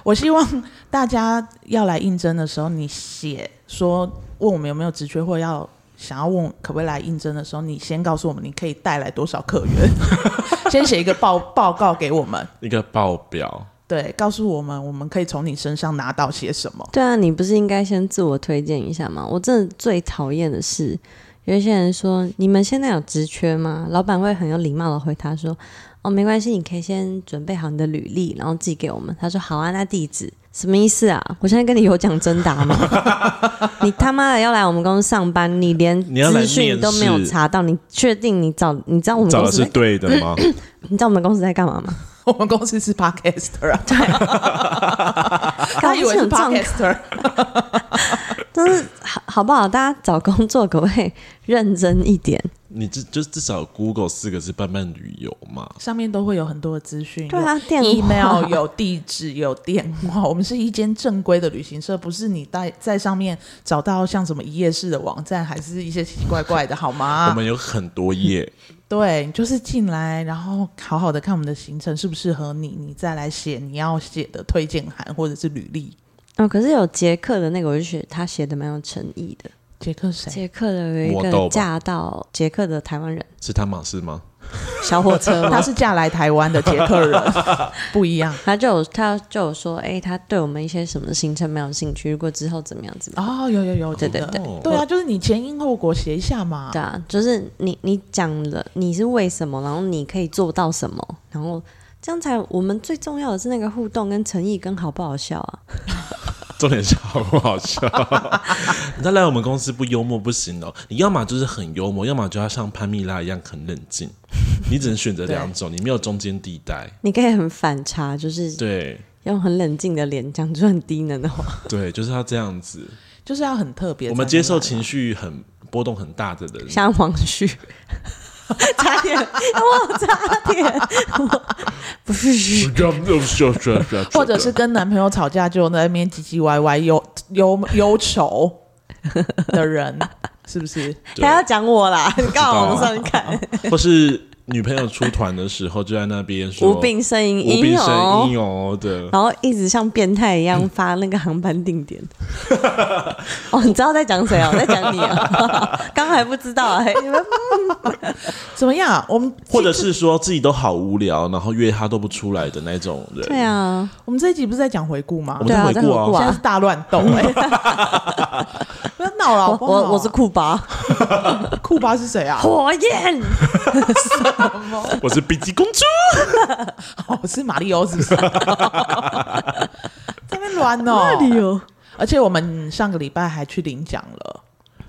Speaker 1: 我希望大家要来应征的时候，你写说问我们有没有职缺，或要想要问可不可以来应征的时候，你先告诉我们你可以带来多少客源， 先写一个报报告给我们，
Speaker 2: 一个报表，
Speaker 1: 对，告诉我们我们可以从你身上拿到些什么。
Speaker 3: 对啊，你不是应该先自我推荐一下吗？我真的最讨厌的是，有一些人说你们现在有职缺吗？老板会很有礼貌的回答说，哦，没关系，你可以先准备好你的履历，然后寄给我们。他说好啊，那地址什么意思啊？我现在跟你有奖征答吗？ 你他妈的要来我们公司上班，你连
Speaker 2: 你要来
Speaker 3: 资讯
Speaker 2: 面
Speaker 3: 都没有
Speaker 2: 试
Speaker 3: 查到，你确定你找你嗯知道我们
Speaker 2: 找
Speaker 3: 公
Speaker 2: 的
Speaker 3: 司
Speaker 2: 是
Speaker 3: 在
Speaker 2: 对的吗？
Speaker 3: 你知道我们公司在干嘛吗？
Speaker 1: 我们公司是 podcaster，啊
Speaker 3: 搞
Speaker 1: 他
Speaker 3: 不
Speaker 1: 以为是
Speaker 3: 很状
Speaker 1: podcaster，
Speaker 3: 但是好好不好？大家找工作可不可以认真一点？
Speaker 2: 你至就至少 Google 四个字伴伴旅游嘛，
Speaker 1: 上面都会有很多的资讯，
Speaker 3: 对啊，电
Speaker 1: 有
Speaker 3: 话
Speaker 1: email 有地址有电话。我们是一间正规的旅行社，不是你在在上面找到像什么一页式的网站，还是一些奇奇怪怪的，好
Speaker 2: 我
Speaker 1: 吗？
Speaker 2: 们有很多页，
Speaker 1: 对，你就是进来，然后好好的看我们的行程适不适合你，你再来写你要写的推荐函或者是履历。
Speaker 3: 哦，可是有杰克的那个，我就觉得他写的蛮有诚意的。
Speaker 1: 杰克谁？
Speaker 3: 杰克的有一
Speaker 2: 魔豆
Speaker 3: 个
Speaker 2: 吧
Speaker 3: 嫁到捷克的台湾人
Speaker 2: 是他吗？是吗？
Speaker 3: 小火车 嘛，
Speaker 1: 他是嫁来台湾的捷克 人，不一样
Speaker 3: 他就有他就有说，哎、他对我们一些什么行程没有兴趣，如果之后怎么样怎么样。
Speaker 1: 哦，有有有，
Speaker 3: 对
Speaker 1: 真的
Speaker 3: 对
Speaker 2: 对
Speaker 1: 对啊，就是你前因后果写一下嘛。
Speaker 3: 对啊，就是你你讲了你是为什么，然后你可以做到什么，然后这样才我们最重要的是那个互动跟诚意跟好不好笑啊。
Speaker 2: 重点是好不好笑？你再来我们公司不幽默不行哦，你要么就是很幽默，要么就要像潘蜜拉一样很冷静，你只能选择两种，你没有中间地带。
Speaker 3: 你可以很反差，就是
Speaker 2: 对
Speaker 3: 用很冷静的脸讲出很低能的话。
Speaker 2: 对，就是要这样子。
Speaker 1: 就是要很特别才
Speaker 2: 我
Speaker 1: 能来。
Speaker 2: 们接受情绪啊很波动很大的人，
Speaker 3: 像王旭， 差点， 我差点，不是，
Speaker 1: 或者是跟男朋友吵架就在那边唧唧歪歪、忧忧忧愁的 人，是不是？
Speaker 3: 他要讲我啦，你干嘛往上看？
Speaker 2: 或是女朋友出团的时候就在那边说
Speaker 3: 无病呻吟，
Speaker 2: 无病呻
Speaker 3: 哦，
Speaker 2: 吟哦的，
Speaker 3: 然后一直像变态一样发那个航班定点。哦，你知道在讲谁啊？我在讲你啊， 刚还不知道 啊，你们
Speaker 1: 怎么样？我们
Speaker 2: 或者是说自己都好无聊，然后约他都不出来的那种人。
Speaker 3: 对啊，
Speaker 1: 我们这一集不是在讲回顾吗
Speaker 2: 我？
Speaker 3: 对
Speaker 2: 们
Speaker 3: 啊，
Speaker 2: 在
Speaker 3: 在
Speaker 2: 回
Speaker 3: 回
Speaker 2: 顾啊
Speaker 3: 顾
Speaker 1: 现在
Speaker 3: 啊
Speaker 1: 是，大乱 斗哎、不要闹了，好
Speaker 3: 我
Speaker 1: 不好
Speaker 3: 我我是库巴，
Speaker 1: 库巴是 谁啊？
Speaker 3: 火焰，
Speaker 2: 我是笔记公主，
Speaker 1: 哦，是马里欧是不 是？在那边乱哦！
Speaker 3: 有，
Speaker 1: 而且我们上个礼拜还去领奖了，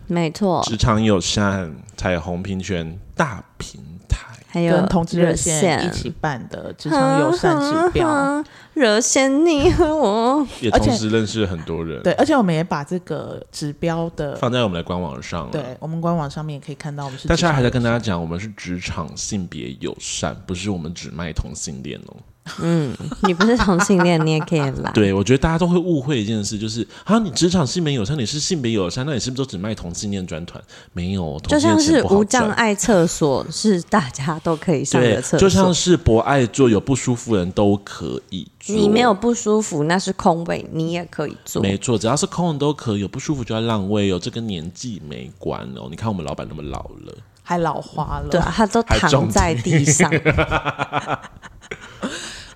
Speaker 3: 没错，
Speaker 2: 职场友善彩虹平权大平台，
Speaker 3: 还有
Speaker 1: 跟同志热
Speaker 3: 热
Speaker 1: 线一起办的职场友善指标。
Speaker 3: 嗯热线你和我，
Speaker 2: 也
Speaker 1: 而且
Speaker 2: 同时认识很多人，
Speaker 1: 对，而且我们也把这个指标的
Speaker 2: 放在我们的官网上。
Speaker 1: 对，，我们官网上面也可以看到我们是。
Speaker 2: 但是还在跟大家讲，我们是职场性别友善，不是我们只卖同性恋哦。
Speaker 3: 你不是同性恋，你也可以来。
Speaker 2: 对，我觉得大家都会误会一件事，就是啊，你职场性别友善，你是性别友善，那你是不是都只卖同性恋专团？没有，同性
Speaker 3: 就像
Speaker 2: 恋钱
Speaker 3: 是
Speaker 2: 不好
Speaker 3: 无障
Speaker 2: 赚。
Speaker 3: 碍厕所是大家都可以上的
Speaker 2: 对
Speaker 3: 厕所，，
Speaker 2: 就像是博爱座有不舒服的人都可以坐，
Speaker 3: 你没有不舒服，那是空位，你也可以坐。
Speaker 2: 没错，只要是空的都可以，有不舒服就要让位哦，这跟年纪没关哦。你看我们老板那么老了，
Speaker 1: 还老花了。
Speaker 3: 对啊，他都
Speaker 2: 还中
Speaker 3: 躺在地上，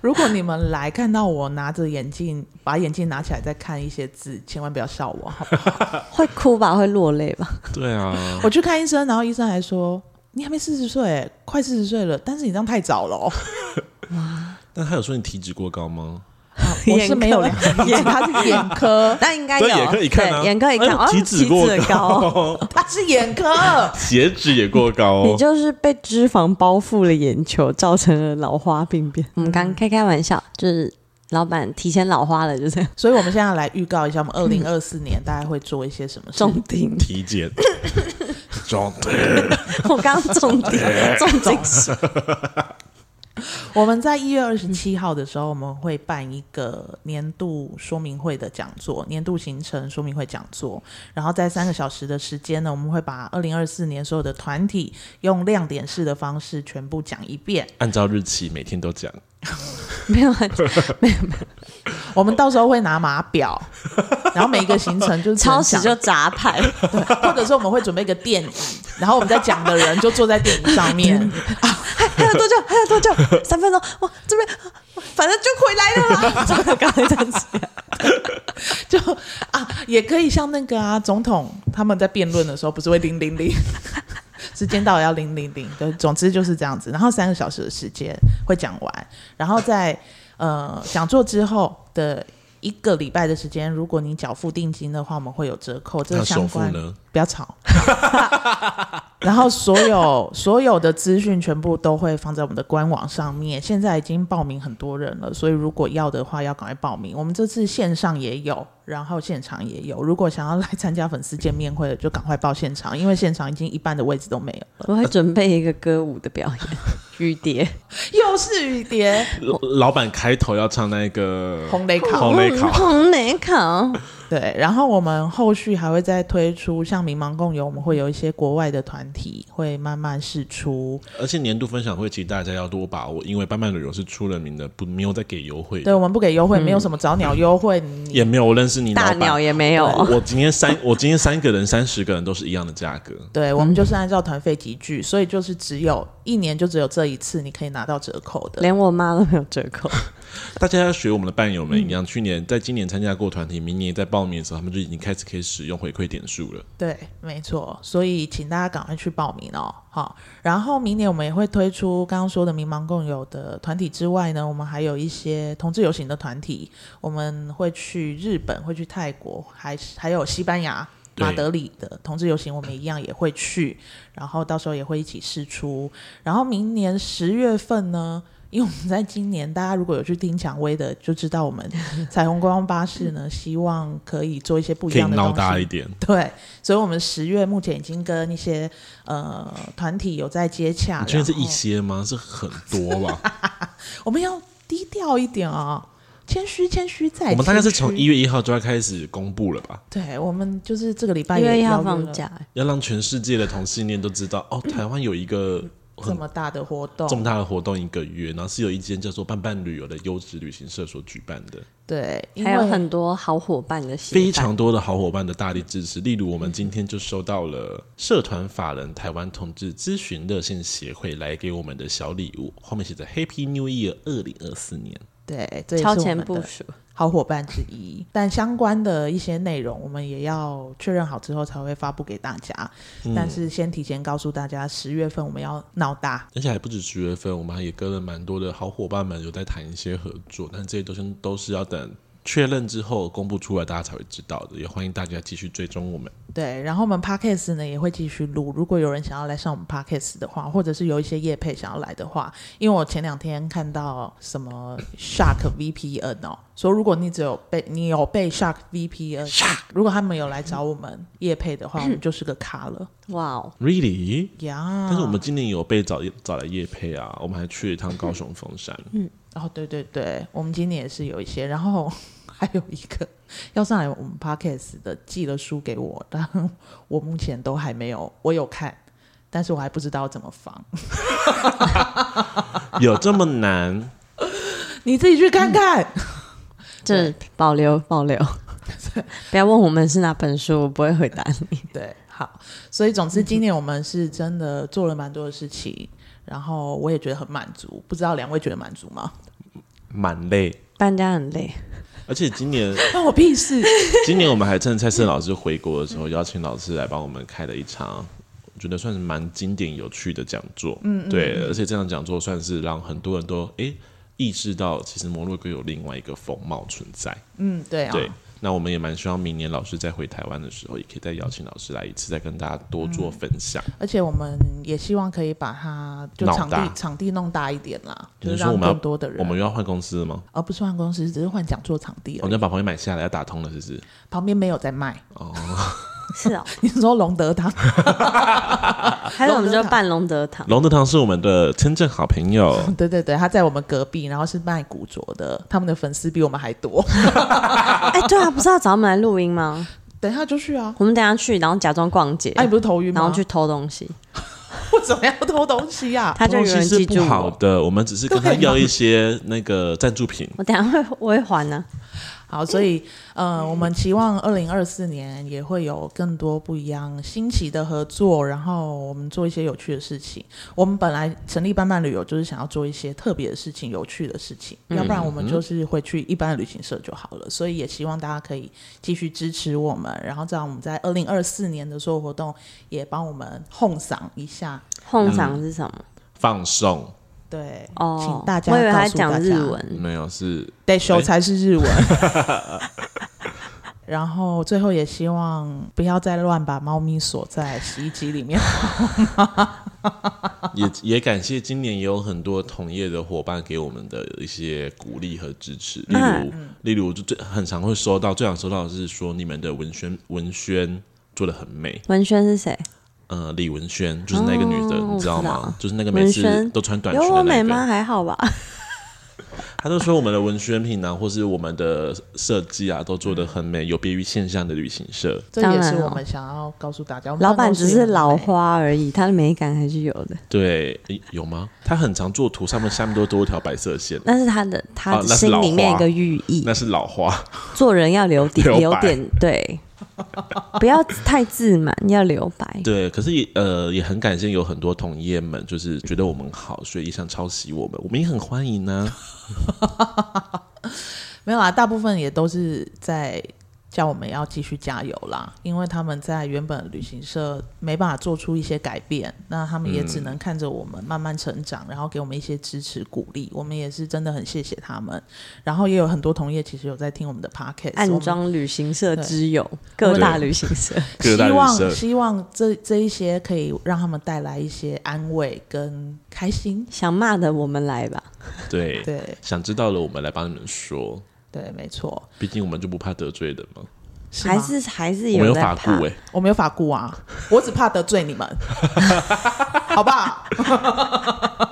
Speaker 1: 如果你们来看到我拿着眼镜，把眼镜拿起来再看一些字，千万不要笑我。 好吗
Speaker 3: 会哭吧，会落泪 吧。
Speaker 2: 对啊，
Speaker 1: 我去看医生，然后医生还说你还没四十岁，快四十岁了，但是你这样太早了、哦。
Speaker 2: 那他有说你体脂过高吗？
Speaker 1: 我是没有量
Speaker 3: 眼，
Speaker 1: 他是眼 科，
Speaker 3: 那应该
Speaker 2: 所
Speaker 3: 有，
Speaker 2: 以也可以看啊
Speaker 3: 对眼科一看，
Speaker 2: 哎
Speaker 3: 哦，
Speaker 2: 呦体脂过
Speaker 3: 高，
Speaker 2: 高，哦
Speaker 1: 他是眼科。
Speaker 2: 血脂也过高
Speaker 3: 你
Speaker 2: 哦。
Speaker 3: 就是被嗯脂肪包覆了眼球，造成了老花病变。我们刚开开玩笑，就是老板提前老花了，就这样。
Speaker 1: 所以我们现在来预告一下，我们二零二四年大概会做一些什么事。
Speaker 3: 重顶，
Speaker 2: 体检，重点
Speaker 3: 我刚刚重顶， 重顶是
Speaker 1: 我们在一月二十七号的时候，我们会办一个年度说明会的讲座，年度行程说明会讲座。然后在三个小时的时间呢，我们会把二零二四年所有的团体用亮点式的方式全部讲一遍。
Speaker 2: 按照日期每天都讲。
Speaker 3: 没有啊，
Speaker 1: 我们到时候会拿码表，然后每一个行程就是
Speaker 3: 超时就
Speaker 1: 讲，
Speaker 3: 砸牌，
Speaker 1: 或者说我们会准备一个电影，然后我们在讲的人就坐在电影上 面。
Speaker 3: 还还有多久？还有多久？三分钟，哇，这边反正就回来了啦。真的刚才这样子，
Speaker 1: 就啊，也可以像那个啊，总统他们在辩论的时候，不是会零零零， 时间到了要零零零，就总之就是这样子。然后三个小时的时间会讲完，然后在呃讲座之后的一个礼拜的时间，如果你缴付定金的话，我们会有折扣，这
Speaker 2: 那
Speaker 1: 个
Speaker 2: 首
Speaker 1: 相
Speaker 2: 付
Speaker 1: 关
Speaker 2: 呢？
Speaker 1: 不要吵。 然后所有所有的资讯全部都会放在我们的官网上面。现在已经报名很多人了，所以如果要的话，要赶快报名。我们这次线上也有，然后现场也有。如果想要来参加粉丝见面会的，就赶快报现场，因为现场已经一半的位置都没有了。
Speaker 3: 我会准备一个歌舞的表演，雨蝶。
Speaker 1: 又是雨蝶，
Speaker 2: 老老板开头要唱那个
Speaker 1: 红雷卡
Speaker 2: 红雷卡，
Speaker 3: 红梅考，
Speaker 1: 对，然后我们后续还会再推出，像民盲共游，我们会有一些国外的团体会慢慢试出。
Speaker 2: 而且年度分享会期大家要多把握，因为班班旅游是出了名的，不没有在给优惠的
Speaker 1: 对，我们不给优惠，没有什么早鸟优惠，你
Speaker 2: 也没有我认识你老
Speaker 3: 大
Speaker 2: 板
Speaker 3: 鸟也没有。
Speaker 2: 我今天三， 我今天三个人、三十个人都是一样的价格，
Speaker 1: 对，我们就是按照团费集聚，所以就是只有一年就只有这一次，你可以拿到折扣的。
Speaker 3: 连我妈都没有折扣，
Speaker 2: 大家要学我们的伴友
Speaker 1: 嗯
Speaker 2: 们一样，去年在今年参加过团体，明年在报名的时候，他们就已经开始可以使用回馈点数了。
Speaker 1: 对，没错，所以请大家赶快去报名哦。好，然后明年我们也会推出刚刚说的“民盲共有”的团体之外呢，我们还有一些同志游行的团体，我们会去日本，会去泰国，还是还有西班牙。
Speaker 2: 对
Speaker 1: 马德里的同志游行，我们一样也会去，然后到时候也会一起试出。然后明年十月份呢， 因为我们在今年，大家如果有去听蔷薇的，就知道我们彩虹观光巴士 呢，希望可以做一些不一
Speaker 2: 可以
Speaker 1: 样的东
Speaker 2: 闹
Speaker 1: 西。
Speaker 2: 大一点，
Speaker 1: 对，所以我们十月目前已经跟一些呃团体有在接洽。
Speaker 2: 你确定是
Speaker 1: 然后
Speaker 2: 一些吗？是很多 吧？
Speaker 1: 我们要低调一点啊、谦虚谦虚再谦虚。
Speaker 2: 我们大概是从一月一号就要开始公布了吧？
Speaker 1: 对，我们就是这个礼拜
Speaker 3: 因为
Speaker 1: 也邀
Speaker 3: 要
Speaker 1: 约
Speaker 3: 放
Speaker 1: 了
Speaker 3: 假，
Speaker 2: 要让全世界的同性恋都知道，哦，台湾有一个
Speaker 1: 这
Speaker 2: 很
Speaker 1: 么大的活动，
Speaker 2: 重大的活动一个月，然后是有一间叫做“伴伴旅游”的优质旅行社所举办的，
Speaker 1: 对，因
Speaker 3: 还有
Speaker 1: 为
Speaker 3: 很多好伙伴的协
Speaker 2: 非
Speaker 3: 办
Speaker 2: 常多的好伙伴的大力支持。例如，我们今天就收到了社团法人台湾同志咨询热线协会来给我们的小礼物，后面写着 “Happy New Year 二零二四年
Speaker 1: 对，这也是
Speaker 3: 超
Speaker 1: 我
Speaker 3: 前
Speaker 1: 们
Speaker 3: 部
Speaker 1: 的
Speaker 3: 署。
Speaker 1: 好伙伴之一， 但相关的一些内容我们也要确认好之后才会发布给大家。
Speaker 2: 嗯
Speaker 1: 但是先提前告诉大家，十月份我们要闹大”，。
Speaker 2: 而且还不止十月份，我们还也跟了蛮多的好伙伴们有在谈一些合作，但这些都是都是要等确认之后公布出来，大家才会知道的。也欢迎大家继续追踪我们。
Speaker 1: 对，然后我们 podcast 呢也会继续录。如果有人想要来上我们 podcast 的话，或者是有一些业配想要来的话，因为我前两天看到什么 Shark VPN 哦，说如果你只有被你有被 Shark VPN，如果他们有来找我们业配的话，我们就是个咖了
Speaker 3: 哇哦，
Speaker 1: 嗯
Speaker 2: Really？
Speaker 1: 呀。
Speaker 2: 但是我们今年有被找找来叶配啊，我们还去了一趟高雄凤山，
Speaker 1: 哦，对对对，我们今年也是有一些，然后 还有一个要上来我们 podcast 的寄了书给我，但我目前都还没有，我有看，但是我还不知道怎么放，
Speaker 2: 有这么难？
Speaker 1: 你自己去看看。
Speaker 3: 这保留保留，不要问我们是哪本书，我不会回答你。
Speaker 1: 对，好，所以总之今年我们是真的做了蛮多的事情，然后我也觉得很满足，不知道两位觉得满足吗？
Speaker 2: 蛮累。
Speaker 3: 搬家很累，
Speaker 2: 而且 今年，
Speaker 1: 关我屁事！
Speaker 2: 今年我们还趁蔡胜老师回国的时候，邀请老师来帮我们开了一场，我觉得算是蛮经典有趣的讲座。嗯对，而且这场讲座算是让很多人都诶意识到，其实摩洛哥有另外一个风貌存在。
Speaker 1: 嗯，对啊，
Speaker 2: 对，那我们也蛮希望明年老师再回台湾的时候，也可以再邀请老师来一次，再跟大家多做
Speaker 1: 嗯
Speaker 2: 分享。
Speaker 1: 而且我们也希望可以把它就
Speaker 2: 闹
Speaker 1: 场
Speaker 2: 大
Speaker 1: 地场地弄大一点啦，
Speaker 2: 你
Speaker 1: 就是
Speaker 2: 说我
Speaker 1: 让
Speaker 2: 们要
Speaker 1: 更多的人，
Speaker 2: 我们又要换公司了吗？
Speaker 1: 而不是换公司，只是换讲座场地
Speaker 2: 我
Speaker 1: 而
Speaker 3: 哦
Speaker 2: 们
Speaker 1: 已，
Speaker 2: 要把旁边买下来，要打通了，是不是？
Speaker 1: 旁边没有在卖。
Speaker 3: 是哦，
Speaker 1: 你说龙德堂，
Speaker 3: 还有我们就办龙德堂，
Speaker 2: 龙德堂是我们的签证好朋 友，
Speaker 1: 对对对，他在我们隔壁，然后是卖古着的，他们的粉丝比我们还多。
Speaker 3: 哎，对啊，不是要找我们来录音吗？
Speaker 1: 等一下就去啊，
Speaker 3: 我们等一下去，然后假装逛街，
Speaker 1: 哎、你不是头晕吗？
Speaker 3: 然后去偷东西，
Speaker 1: 我怎么样偷东西啊呀、
Speaker 3: 他就有
Speaker 2: 东西
Speaker 3: 人
Speaker 2: 是
Speaker 3: 记
Speaker 2: 不
Speaker 3: 住
Speaker 2: 好
Speaker 3: 我。啊
Speaker 2: 的，我们只是跟他要一些那个赞助品。
Speaker 3: 我等一下会我会还啊呢、
Speaker 1: 好，所以呃，我们期望二零二四年也会有更多不一样新奇的合作，然后我们做一些有趣的事情。我们本来成立伴伴旅游就是想要做一些特别的事情、有趣的事情，
Speaker 3: 嗯
Speaker 1: 要不然我们就是会去一般的旅行社就好了。所以也希望大家可以继续支持我们，然后这样我们在二零二四年的所有活动也帮我们哄嗓一下。
Speaker 3: 哄嗓
Speaker 2: 嗯
Speaker 3: 是什么？
Speaker 2: 放送
Speaker 1: 对，
Speaker 3: 哦，
Speaker 1: 请大家
Speaker 3: 我以为他
Speaker 1: 告诉大
Speaker 3: 讲
Speaker 1: 家
Speaker 3: 日文，
Speaker 2: 没有是
Speaker 1: 得修
Speaker 3: 哎
Speaker 1: 才是日 文。 然后最后也希望不要再乱把猫咪锁在洗衣机 里面。
Speaker 2: 也也感谢今年也有很多同业的伙伴给我们的一些鼓励和支持，例
Speaker 3: 嗯
Speaker 2: 如，例如就最很常会收到，最常收到的是说你们的文宣文宣做的很美，
Speaker 3: 文轩是谁？
Speaker 2: 呃，李文轩就是那个女的，
Speaker 3: 哦
Speaker 2: 你知道
Speaker 3: 我知
Speaker 2: 吗
Speaker 3: 道？
Speaker 2: 就是那个
Speaker 3: 文
Speaker 2: 每次
Speaker 3: 轩
Speaker 2: 都穿短
Speaker 3: 有
Speaker 2: 裙
Speaker 3: 我
Speaker 2: 的
Speaker 3: 美
Speaker 2: 那
Speaker 3: 吗？
Speaker 2: 个，
Speaker 3: 还好吧。
Speaker 2: 她都说我们的文宣品啊，或是我们的设计啊，都做的很美，有别于线上的旅行社。
Speaker 1: 这
Speaker 3: 当
Speaker 1: 也
Speaker 3: 然
Speaker 1: 是
Speaker 3: 了
Speaker 1: 我们想要告诉大家，我们
Speaker 3: 老
Speaker 1: 办
Speaker 3: 板
Speaker 1: 公
Speaker 3: 只
Speaker 1: 室
Speaker 3: 是
Speaker 1: 也很
Speaker 3: 老
Speaker 1: 美。
Speaker 3: 花而已，他的美感还是有的。
Speaker 2: 对，诶有吗？她很常做图，上面下面都多一条白色线，
Speaker 3: 那是他的他
Speaker 2: 哦
Speaker 3: 的
Speaker 2: 那是
Speaker 3: 心
Speaker 2: 老
Speaker 3: 里面
Speaker 2: 花
Speaker 3: 一个寓意，
Speaker 2: 那是老花。
Speaker 3: 做人要留底，
Speaker 2: 留白
Speaker 3: 留点对，不要太自满，要留白。
Speaker 2: 对，可是也呃也很感谢有很多同业们，就是觉得我们好，所以也想抄袭我们，我们也很欢迎啊呢、
Speaker 1: 没有啊，大部分也都是在叫我们要继续加油啦，因为他们在原本旅行社没办法做出一些改变，那他们也只能看着我们慢慢成长，然后给我们一些支持鼓励。我们也是真的很谢谢他们，然后也有很多同业其实有在听我们的 podcast，我
Speaker 3: 暗
Speaker 1: 们
Speaker 3: 装旅行社之友，各大旅行社，
Speaker 2: 各大
Speaker 1: 希
Speaker 2: 旅
Speaker 1: 望
Speaker 2: 社
Speaker 1: 希望这这一些可以让他们带来一些安慰跟开心。
Speaker 3: 想骂的我们来吧。
Speaker 2: 对，
Speaker 1: 对
Speaker 2: 想知道了我们来帮你们说，
Speaker 1: 对，没错，
Speaker 2: 毕竟我们就不怕得罪人嘛，
Speaker 1: 吗
Speaker 3: 还是还是
Speaker 2: 我们有
Speaker 3: 在
Speaker 2: 法
Speaker 3: 怕
Speaker 2: 顾，哎、
Speaker 1: 我没有法顾啊，我只怕得罪你 们，好不好？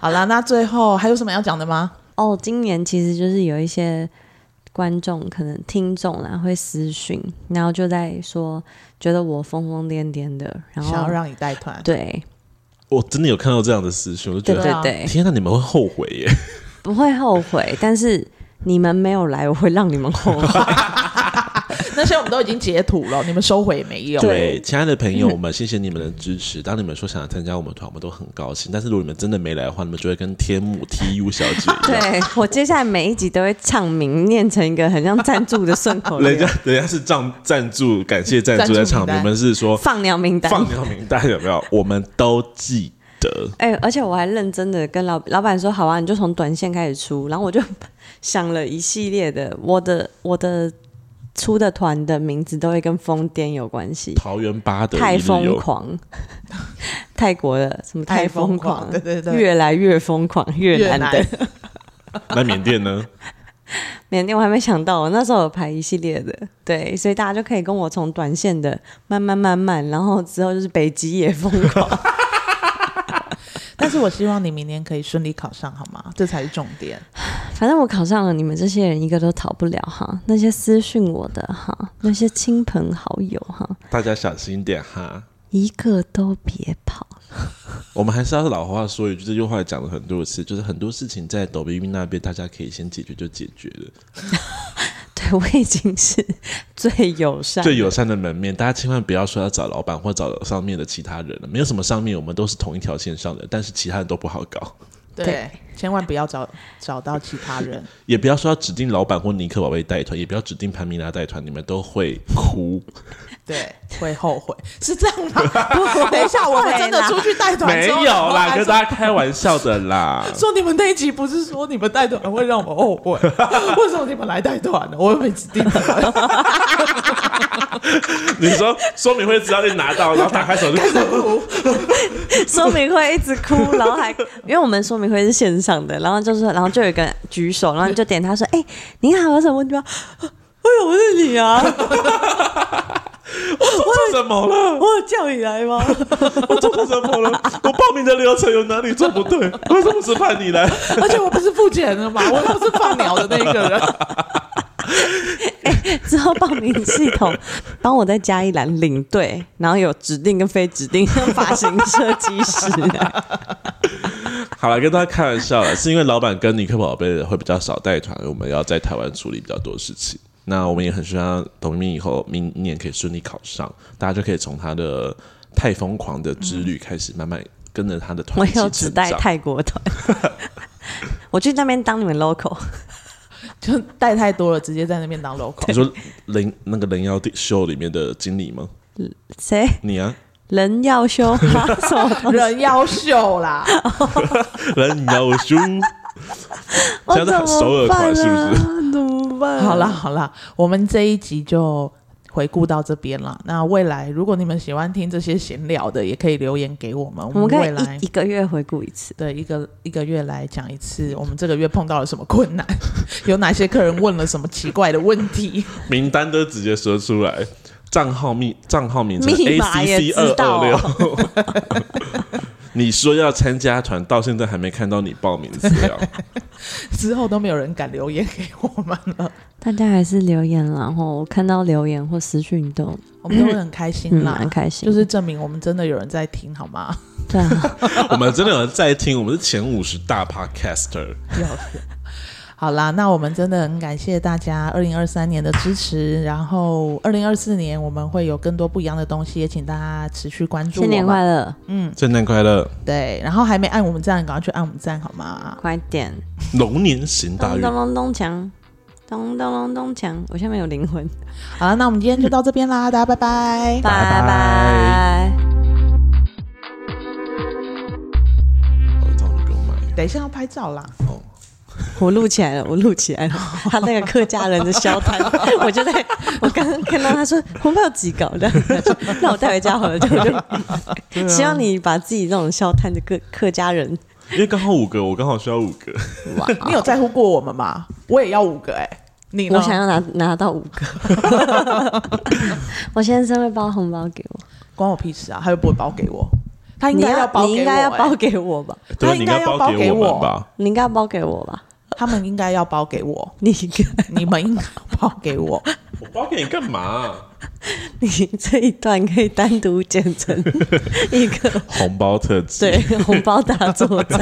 Speaker 1: 好啦，那最后还有什么要讲的吗？
Speaker 3: 哦，今年其实就是有一些观众可能听众啦会私讯，然后就在说觉得我疯疯癫癫的，然
Speaker 1: 想要
Speaker 3: 后
Speaker 1: 让你带团，
Speaker 3: 对
Speaker 2: 我真的有看到这样的私讯，我就觉
Speaker 3: 对
Speaker 2: 得
Speaker 1: 对啊
Speaker 3: 对对，
Speaker 2: 天哪，你们会后悔耶！
Speaker 3: 不会后悔，但是你们没有来，我会让你们后 悔。
Speaker 1: 那些我们都已经截图了，你们收回也没有。
Speaker 2: 对，亲爱的朋友们，谢谢你们的支持。当你们说想要参加我们团，我们都很高兴。但是如果你们真的没来的话，你们就会跟天母 TU 小姐一 样，
Speaker 3: 对我接下来每一集都会唱名，念成一个很像赞助的顺口
Speaker 2: 人
Speaker 3: 溜
Speaker 2: 家，人家是赞赞助，感谢赞助
Speaker 1: 赞助
Speaker 2: 在
Speaker 1: 名
Speaker 2: 场，
Speaker 1: 单
Speaker 2: 你们是说
Speaker 3: 放鸟名单。
Speaker 2: 放掉名单有没有？我们都记得。
Speaker 3: 哎、而且我还认真的跟老老板说，好啊，你就从短线开始出，然后我就 想了一系列的，我的我的出的团的名字都会跟疯癫有关系，
Speaker 2: 桃园八德
Speaker 3: 太
Speaker 2: 一日
Speaker 3: 疯
Speaker 2: 游，
Speaker 3: 狂， 泰国的什么
Speaker 1: 太
Speaker 3: 疯
Speaker 1: 疯狂对对对
Speaker 3: 越来越疯狂，越
Speaker 1: 越
Speaker 3: 南
Speaker 1: 南
Speaker 3: 的，
Speaker 2: 那缅甸呢？
Speaker 3: 缅甸我还没想到，我那时候有排一系列的，对，所以大家就可以跟我从短线的慢慢慢慢，然后之后就是北极也疯狂，
Speaker 1: 但是我希望你明年可以顺利考上，好吗？这才是重点。
Speaker 3: 反正我考上了，你们这些人一个都逃不了哈。那些私讯我的哈，那些亲朋好友哈，
Speaker 2: 大家小心一点哈。
Speaker 3: 一个都别跑。
Speaker 2: 我们还是要老话说一句，这句话也讲了很多次，就是很多事情在抖音那边，大家可以先解决就解决了。
Speaker 3: 对我已经是最友善，
Speaker 2: 最友善的门面，大家千万不要说要找老板或找上面的其他人了，没有什么上面，我们都是同一条线上的，但是其他人都不好搞。
Speaker 1: 对，千万不要找找到其他人。
Speaker 2: 也不要说要指定老板或尼克宝贝带团，也不要指定潘米拉带团，你们都会哭。
Speaker 1: 对，会后悔，是这样 吗？不等一下，我们真的出去带团
Speaker 2: 没
Speaker 1: 之后
Speaker 2: 有
Speaker 1: 然后
Speaker 2: 啦，
Speaker 1: 还
Speaker 2: 跟
Speaker 1: 说
Speaker 2: 大家开玩笑的啦。
Speaker 1: 说你们那一集不是说你们带团会让我后 悔？为什么你们来带团呢？我又没指定你们，
Speaker 2: 你说说明会知道你拿到，然后打开手 就
Speaker 3: 说明会一直哭，然后还 因为我们说明会是线上的，然后就是然后就有一个人举手，然后你就点他说：“哎、你好，有什么问题吗？”哎呦，我 是你啊！
Speaker 2: 做什么了？
Speaker 3: 我有叫你来吗？
Speaker 2: 我 做错什么了？我报名的流程有哪里做不对？为什么是派你来？
Speaker 1: 而且我不是付钱的嘛，我又不是放鸟的那个人。
Speaker 3: 之后报名系统 帮我再加一栏领队，然后有指定跟非指定的发型设计师。
Speaker 2: 好了，跟大家开玩笑了，是因为老板跟尼克宝贝会比较少带团，我们要在台湾处理比较多事情。那我们也很希望董明以后明年可以顺利考上，大家就可以从他的太疯狂的之旅开始，慢慢跟着他的团
Speaker 3: 我
Speaker 2: 一起
Speaker 3: 有只
Speaker 2: 成
Speaker 3: 带
Speaker 2: 长。
Speaker 3: 泰 国团，我去那边当你们 local。
Speaker 1: 就带太多了，直接在那边当 local
Speaker 2: 你。说零那个零幺秀里面的经理吗？
Speaker 3: 谁
Speaker 2: 你啊，
Speaker 3: 人要修吗？什么 东西？
Speaker 1: 人妖秀啦，
Speaker 2: 人妖秀，
Speaker 3: 我
Speaker 2: 像
Speaker 3: 怎
Speaker 2: 是很首
Speaker 3: 么
Speaker 2: 尔
Speaker 3: 办
Speaker 2: 款是不
Speaker 3: 啊？
Speaker 2: 是？
Speaker 3: 怎么 办？
Speaker 1: 好啦，好啦，我们这一集就回顾到这边了。那未来如果你们喜欢听这些闲聊的，也可以留言给我们。
Speaker 3: 我
Speaker 1: 我
Speaker 3: 们
Speaker 1: 们未
Speaker 3: 可
Speaker 1: 来
Speaker 3: 以一一个月回顾一次。
Speaker 1: 对一个一个月来讲一次，我们这个月碰到了什么困难，有哪些客人问了什么奇怪的问题，
Speaker 2: 名单都直接说出来，账号密账号名称
Speaker 3: 密
Speaker 2: A
Speaker 3: 码也
Speaker 2: C C
Speaker 3: 知
Speaker 2: 二
Speaker 3: 道
Speaker 2: 二
Speaker 3: 哦
Speaker 2: 六。 你说要参加团，到现在还没看到你报名资料，
Speaker 1: 之后都没有人敢留言给我们了，
Speaker 3: 大家还是留言啦，然后我看到留言或私讯都
Speaker 1: 我们都会很开心
Speaker 3: 嗯
Speaker 1: 啦，
Speaker 3: 蛮开心，
Speaker 1: 就是证明我们真的有人在听，好吗？
Speaker 3: 对啊，
Speaker 2: 我们真的有人在听，我们是前五十大 podcaster。
Speaker 1: 有。 好啦，那我们真的很感谢大家二零二三年的支持，然后二零二四年我们会有更多不一样的东西，也请大家持续关注我
Speaker 3: 新年
Speaker 1: 们。
Speaker 3: 快乐，
Speaker 2: 圣诞快乐，
Speaker 1: 对，然后还没按我们赞，赶快去按我们赞好吗？
Speaker 3: 快点，
Speaker 2: 龙年行大
Speaker 3: 咚
Speaker 2: 运
Speaker 3: 咚，咚咚锵，咚咚咚咚锵，我下面有灵魂，
Speaker 1: 好了，那我们今天就到这边啦，大家拜拜。
Speaker 3: 拜拜
Speaker 2: 拜。哦这样我就不用买了
Speaker 1: 等一下要拍照啦，
Speaker 2: 哦。
Speaker 3: 我录起来了，我录起来 了。他那个客家人的萧 谈，我就在我刚刚看到他说红包有几搞的， 那我带回家好了，就就希望你把自己这种萧谈的客客家人，
Speaker 2: 因为刚好五个，我刚好需要五个。
Speaker 3: 哇，
Speaker 1: 你有在乎过我们吗？我也要五个哎、你呢？
Speaker 3: 我想要拿拿到五个， 我先生会包红包给我，
Speaker 1: 关我屁事啊，他又不会包给我，他应
Speaker 3: 你
Speaker 1: 该
Speaker 3: 要
Speaker 1: 包给我、
Speaker 3: 你应该要包，给我哎吧，
Speaker 1: 他
Speaker 2: 对，啊你
Speaker 1: 应
Speaker 2: 应
Speaker 1: 该
Speaker 2: 该
Speaker 1: 要
Speaker 2: 包
Speaker 1: 包给
Speaker 2: 给我
Speaker 1: 我
Speaker 2: 们吧？
Speaker 3: 你应该包给我吧，
Speaker 1: 他们应该要包给我，
Speaker 3: 你应该
Speaker 1: 你们应该要包给我。
Speaker 2: 我包给你干嘛？
Speaker 3: 你这一段可以单独剪成一个
Speaker 2: 红包特辑。
Speaker 3: 对红包大作战。